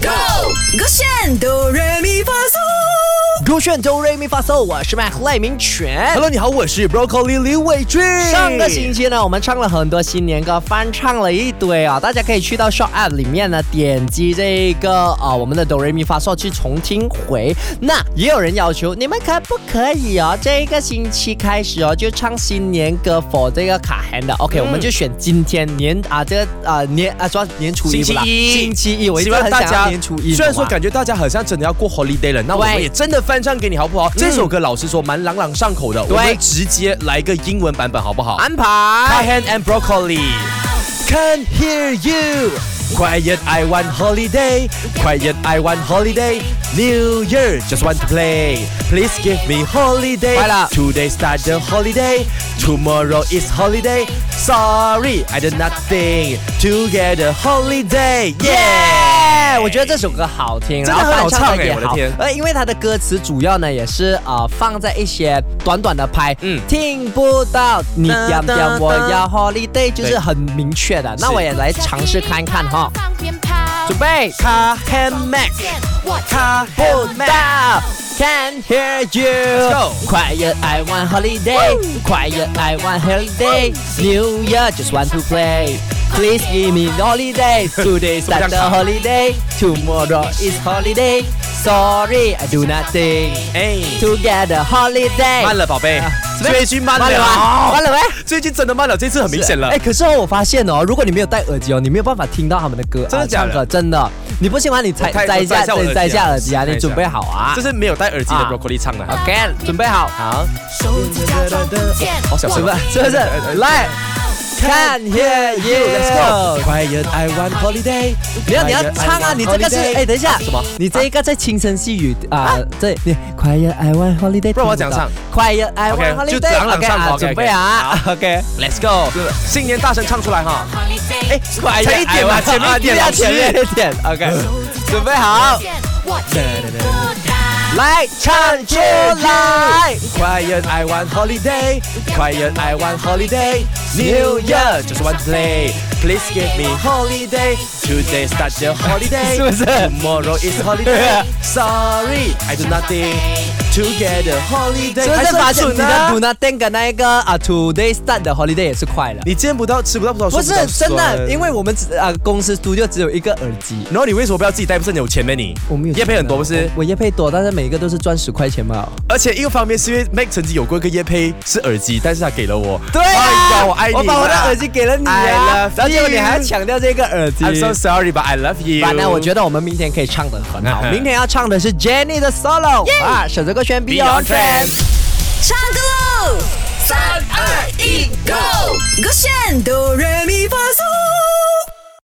Go，我选哆来咪发嗦。入选 Do Re Mi Fa So，我是麦赖明全。 Hello，你好，我是 Broccoli 李伟俊。上个星期呢，我们唱了很多新年歌，翻唱了一堆啊、大家可以去到 Shop App 里面呢，点击这个啊、我们的 Do Re Mi Fa So 去重听回。那也有人要求，你们可不可以哦，这个星期开始哦，就唱新年歌 for 这个卡韩的。OK，、我们就选今天年啊，这个啊年啊，说年初一不啦星期一星期一，我一希直望很大想要家年初一。虽然懂说吗感觉大家好像真的要过 holiday 了，那我们对也真的翻唱给你好嗯不好？这首歌老实说蛮朗朗上口的，我们直接来个英文版本好不好安？I 排 hand and broccoli can hear you. Quiet, I want holiday. Quiet, I want holiday. New Year, just want to play. Please give me holiday. 快了 Today start the holiday. Tomorrow is holiday. Sorry, I did nothing to get a holiday. Yeah. 耶！哎我觉得这首歌好听，真的然后很翻好唱的唱哎也我的好天。呃，因为它的歌词主要呢也是啊、呃放在一些短短的拍，嗯嗯，听不到你要不要我要 holiday，就是对很明确的。那我也来尝试看看哈。放鞭炮准备卡 hand mac，我他不到，can hear you。 Let's go Quiet, I want holiday. Quiet, I want holiday. New Year, just want to play. Please give me holiday. Today is not the holiday. Tomorrow is holiday. Sorry, I do nothing. 哎， To get a holiday. 啊慢了，宝贝，最近慢慢了吧，慢了，了喂。最近真的慢了，这次很明显了哎，。可是哦，我发现哦，如果你没有戴耳机哦，你没有办法听到他们的歌，真的啊假的唱歌真的，你不信的话，你摘我戴摘一下，我戴一下我的摘一下耳机啊耳机啊，摘一下你准备好啊哎这是没有戴耳机的啊 broccoli 唱的。 ？OK，准备好，好，手机假装不见，好小是声不啊是？是不是？来。看 here Let's go. you， Quiet, I want holiday. 你要你要唱啊！你这个是 Holiday 哎，等一下，什么你这一个在轻声细语啊，这你 Quiet I want holiday，不然我讲唱 Quiet I want OK， holiday，就朗朗 OK，上口啊 OK，OK 准备啊，OK， Let's go，新年大声唱出来哈！哎，快前一点嘛，前面一点，老前面师。一点，OK，准备好，我听不到。来唱出来。 Quiet, I want holiday. Quiet, I want holiday. New Year, just want to play. Please give me holiday. Today start the holiday. 是不是 Tomorrow is holiday. Sorry, I do nothing. Together holiday. 是不是发现你很的啊 Do Nothing 跟那一个啊 Today Start 的 Holiday 也是快了？你见不到，吃不到葡萄不说是到真的，酸因为我们只啊公司 studio 只有一个耳机。然后你为什么不要自己带？不是你有钱没你？我们有啊业配很多不是？我业配多，但是每一个都是赚十块钱嘛。而且一个方面是因为 Mac 曾经有过一个业配是耳机，但是他给了我。对哎啊，呀，我爱你啦。我把我的耳机给了你 I 啊 love，然后结果你 you 还要强调这个耳机。 I'm so sorry, but I love you。反正我觉得我们明天可以唱的很好。明天要唱的是 Jenny 的 solo 啊，选择歌选 Beyond Trend Beyond Trend。唱歌喽！三二一